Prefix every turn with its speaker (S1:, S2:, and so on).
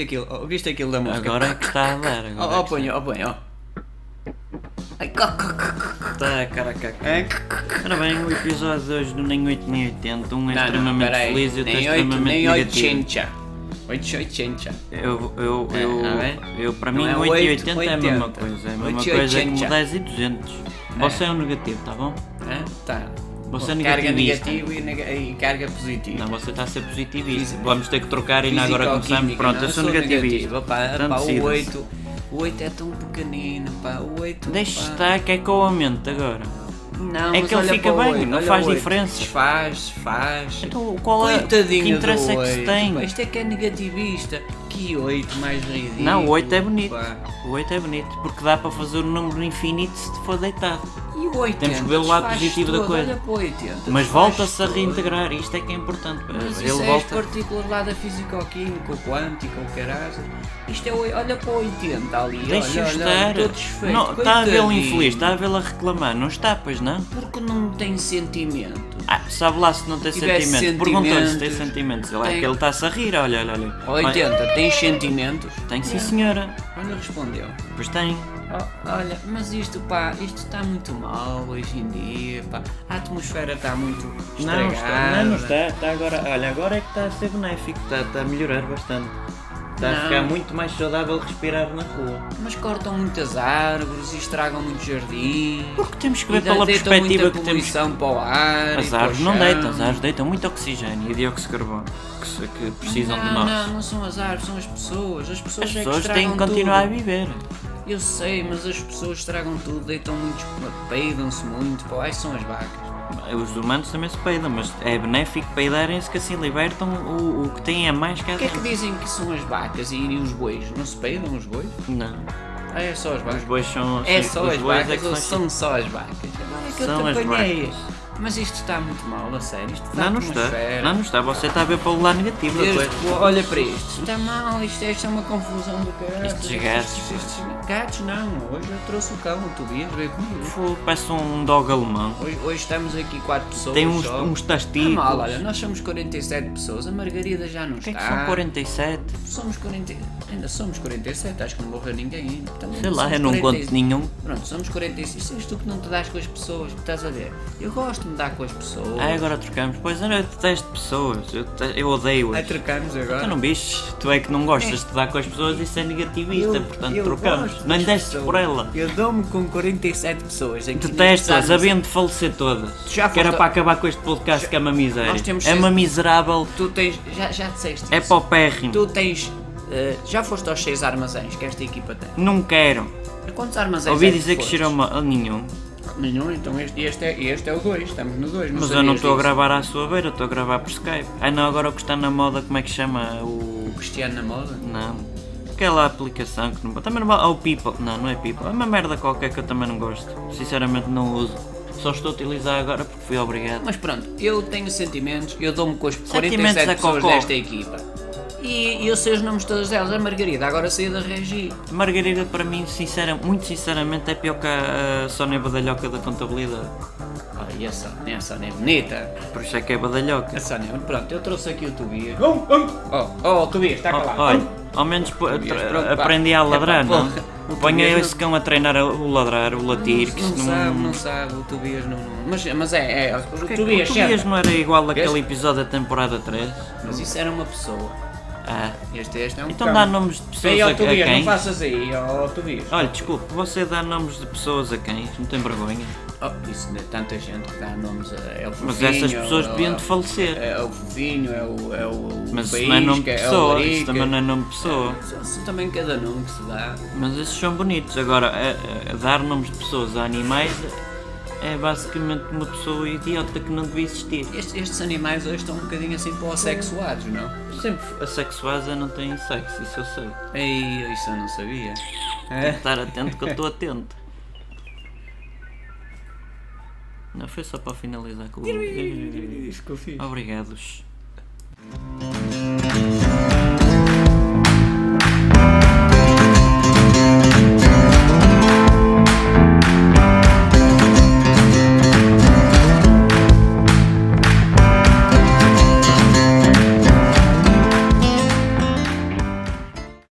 S1: aquilo? Ouviste aquilo da mosca?
S2: Agora é que está a dar. Agora
S1: Ó,
S2: é
S1: oh,
S2: que
S1: põe, ó, põe, ó. Ai, co- co- co- co-
S2: Está, caraca.
S1: É?
S2: Ora bem, o episódio de hoje do Nem 8 Nem 80. Um
S1: Não,
S2: é
S1: não,
S2: extremamente
S1: peraí.
S2: feliz e outro é
S1: Nem oito,
S2: extremamente
S1: nem
S2: negativo.
S1: 80. 880.
S2: Eu, eu,
S1: É,
S2: eu,
S1: a ver?
S2: eu, para
S1: Não
S2: mim,
S1: é
S2: 8 e
S1: 8,
S2: 80 é a mesma
S1: 80.
S2: coisa. É a mesma
S1: 8 e
S2: coisa que
S1: 80.
S2: 10 e 200. Você é um negativo, tá bom?
S1: Hã? Tá.
S2: Você
S1: Bom,
S2: é
S1: carga
S2: negativista.
S1: negativa e, nega- e carga positiva.
S2: Não, Então você está a ser positivista. Vamos ter que trocar e ainda agora começamos.
S1: Físico-química,
S2: Pronto,
S1: não,
S2: eu sou negativista.
S1: negativo, pá,
S2: Então
S1: pá, o
S2: decida-se.
S1: 8. O 8 é tão pequenino, pá. O 8.
S2: Deixa
S1: pá.
S2: estar que é que eu aumento agora.
S1: Não,
S2: É
S1: mas
S2: que ele
S1: olha
S2: fica
S1: para o
S2: bem,
S1: oito,
S2: não
S1: olha
S2: faz
S1: o oito.
S2: diferença.
S1: Faz, faz.
S2: Então, qual é-
S1: Coitadinho
S2: que interesse
S1: do
S2: é que se
S1: oito,
S2: tem?
S1: pá, Isto é que é negativista. Que 8 mais ridículo.
S2: Não, o 8 é bonito.
S1: pá.
S2: O 8 é bonito, porque dá para fazer o número infinito se te for deitado.
S1: E o 80?
S2: Temos que ver o lado
S1: Desfaz
S2: positivo da
S1: tudo,
S2: coisa.
S1: olha para o 80,
S2: Mas
S1: desfaz
S2: volta-se a
S1: tudo.
S2: reintegrar, isto é que é importante.
S1: Mas
S2: Ele
S1: isso é as
S2: volta.
S1: partículas lá da físico-química, o quântico, o caralho. Isto é, o- olha para o 80 ali,
S2: Deixa
S1: olha, olha,
S2: estar.
S1: todo desfeito.
S2: Não, está a vê-lo
S1: coitadinho.
S2: infeliz, está a vê-lo a reclamar, não está, pois não?
S1: Porque não tem sentimento.
S2: Ah, sabe lá se não tem
S1: Tivesse
S2: sentimentos. Perguntou-lhe se tem
S1: sentimentos.
S2: sentimentos. Ele, é
S1: Tem.
S2: que ele está-se a rir, olha, olha, olha.
S1: O
S2: Olha,
S1: 80, tem sentimentos?
S2: Tem sim senhora.
S1: Olha, respondeu.
S2: Pois tem.
S1: Oh, olha, mas isto pá, isto está muito mal hoje em dia, pá. A atmosfera está muito estragada.
S2: Não, está, não, não está, está agora, olha, agora é que está a ser benéfico, está, está a melhorar bastante. Está a
S1: Não.
S2: ficar muito mais saudável respirar na rua.
S1: Mas cortam muitas árvores e estragam muito jardim.
S2: Porque temos que
S1: E
S2: ver pela
S1: deitam
S2: perspectiva
S1: muita
S2: que temos.
S1: poluição para o ar. e
S2: As
S1: para o
S2: árvores não
S1: chão.
S2: deitam, as árvores deitam muito oxigênio e dióxido de carbono, que, se- que precisam
S1: não,
S2: de nós.
S1: Não, não são as árvores, são as pessoas. As pessoas,
S2: As
S1: é que
S2: pessoas têm
S1: estragam
S2: que continuar
S1: tudo.
S2: a viver.
S1: Eu sei, mas as pessoas estragam tudo, deitam muito, peidam-se muito, pá, aí são as vacas.
S2: Os humanos também se peidam, mas é benéfico peidarem-se que assim libertam o, o que têm a mais que a
S1: O que é que
S2: gente.
S1: dizem que são as vacas e, e os bois? Não se peidam os bois?
S2: Não,
S1: Ah, é só as
S2: os
S1: vacas.
S2: bois são.
S1: É
S2: sim,
S1: só
S2: os
S1: as
S2: bois
S1: vacas
S2: é que
S1: ou
S2: são.
S1: são só as vacas? Agora é que
S2: São
S1: eu
S2: as
S1: te apanhei.
S2: vacas.
S1: Mas isto está muito mal, a sério. Isto é está
S2: Não, não está.
S1: atmosfera.
S2: Não, não está. Você está a ver pelo lado negativo da
S1: Desde
S2: coisa.
S1: que- olha para isto. Está mal, isto, isto é uma confusão do caralho.
S2: Estes gatos.
S1: estes- Gatos não, hoje eu trouxe o cão, o Tobias veio comigo.
S2: Pô, Parece um dog alemão.
S1: Hoje, hoje estamos aqui quatro pessoas.
S2: Tem uns,
S1: só.
S2: uns
S1: Está
S2: tastigos.
S1: mal, olha, nós somos 47 pessoas, a Margarida já não
S2: O que é
S1: está.
S2: que são 47?
S1: Somos 40, ainda somos 47, acho que não morreu ninguém ainda. Portanto,
S2: Sei
S1: ainda
S2: lá,
S1: somos
S2: eu não conto
S1: 40.
S2: nenhum.
S1: Pronto, somos 46. Sabes tu que não te dás com as pessoas, que estás a ver? Eu gosto de me dar com as pessoas.
S2: Ah, agora trocamos. Pois eu detesto pessoas. Eu, te- eu odeio-as.
S1: Ai, trocamos
S2: Tu
S1: agora.
S2: Então não bicho, tu é que não gostas de dar com as pessoas, isso é negativista, portanto trocamos.
S1: gosto
S2: Não
S1: das
S2: deste por
S1: pessoas.
S2: ela.
S1: Eu dou-me com 47 pessoas. aqui neste
S2: Detestas,
S1: ano.
S2: haviam de falecer todas.
S1: já
S2: que era
S1: foste-
S2: para acabar com este podcast que é uma miséria.
S1: Nós temos
S2: É uma
S1: seis-
S2: miserável.
S1: Tu tens. Já, já disseste.
S2: É
S1: isso.
S2: paupérrimo.
S1: Tu tens. eh, já foste aos 6 armazéns que esta equipa tem.
S2: Não quero.
S1: A Quantos armazéns é
S2: Ouvi
S1: que
S2: dizer que
S1: foste?
S2: cheirou uma. a nenhum.
S1: Nenhum, então este, este, é, este é o 2. Estamos no 2.
S2: Mas eu não estou a gravar à sua beira, eu estou a gravar por Skype. Ah não, agora o que está na moda, como é que chama? O.
S1: O Cristiano na moda.
S2: Não. Aquela aplicação que não. Também não vale. Oh, People. Não, não é People. É uma merda qualquer que eu também não gosto. Sinceramente não uso. Só estou a utilizar agora porque fui obrigado.
S1: Mas pronto, eu tenho sentimentos, eu dou-me com as
S2: Sentimentos é
S1: 47 pessoas
S2: cocó.
S1: desta equipa. E eu sei os nomes de todas elas. A Margarida agora saiu da Regi.
S2: A Margarida para mim, sincera, muito sinceramente, é pior que a, a Sónia Badalhoca da contabilidade.
S1: Olha, Ah, e a Sónia, a Sónia é bonita.
S2: Por isso é que é
S1: A
S2: Badalhoca.
S1: Sónia, pronto, eu trouxe aqui o Tobias. Oh, oh, oh Tobias, está
S2: Oh,
S1: calado.
S2: olha, ao menos pô,
S1: Tobias,
S2: tra-
S1: pronto, pá.
S2: aprendi a
S1: É pá,
S2: ladrar, não?
S1: porra. O
S2: Ponha
S1: Tobias
S2: esse cão a treinar a- o ladrar, o latir, que
S1: não,
S2: se não.
S1: sabe, não sabe, o Tobias não. não- Mas, mas é, é, o
S2: Porquê que
S1: Tobias,
S2: o Tobias
S1: certo.
S2: não era igual àquele episódio da temporada 3?
S1: Mas isso era uma pessoa.
S2: Ah.
S1: Este, este é um
S2: Então
S1: cão.
S2: dá nomes de pessoas
S1: Ei,
S2: a,
S1: ó
S2: a
S1: Tobias, não
S2: quem?
S1: faças aí, ó Tobias.
S2: Olha, desculpe, você dá nomes de pessoas a cães, não tem vergonha.
S1: Oh, isso, né, tanta gente que dá nomes. É o
S2: Mas
S1: Fofinho,
S2: essas pessoas
S1: é o-
S2: deviam de falecer.
S1: É o fofinho, é o. É o
S2: Mas isso
S1: país,
S2: não é nome de
S1: é
S2: pessoa,
S1: o
S2: isso também não
S1: é...
S2: é nome de pessoa.
S1: também cada nome que se dá.
S2: Mas esses são bonitos. Agora, a- a- dar nomes de pessoas a animais é basicamente uma pessoa idiota que não devia existir.
S1: Estes, estes animais hoje estão um bocadinho assim para os sexuados, não?
S2: Sempre assexuados não têm sexo, isso eu sei.
S1: Ei, isso eu não sabia. Eh.
S2: Tem que estar atento que eu estou atento. Não foi só para finalizar com o.
S1: Isso que eu fiz.
S2: Obrigados.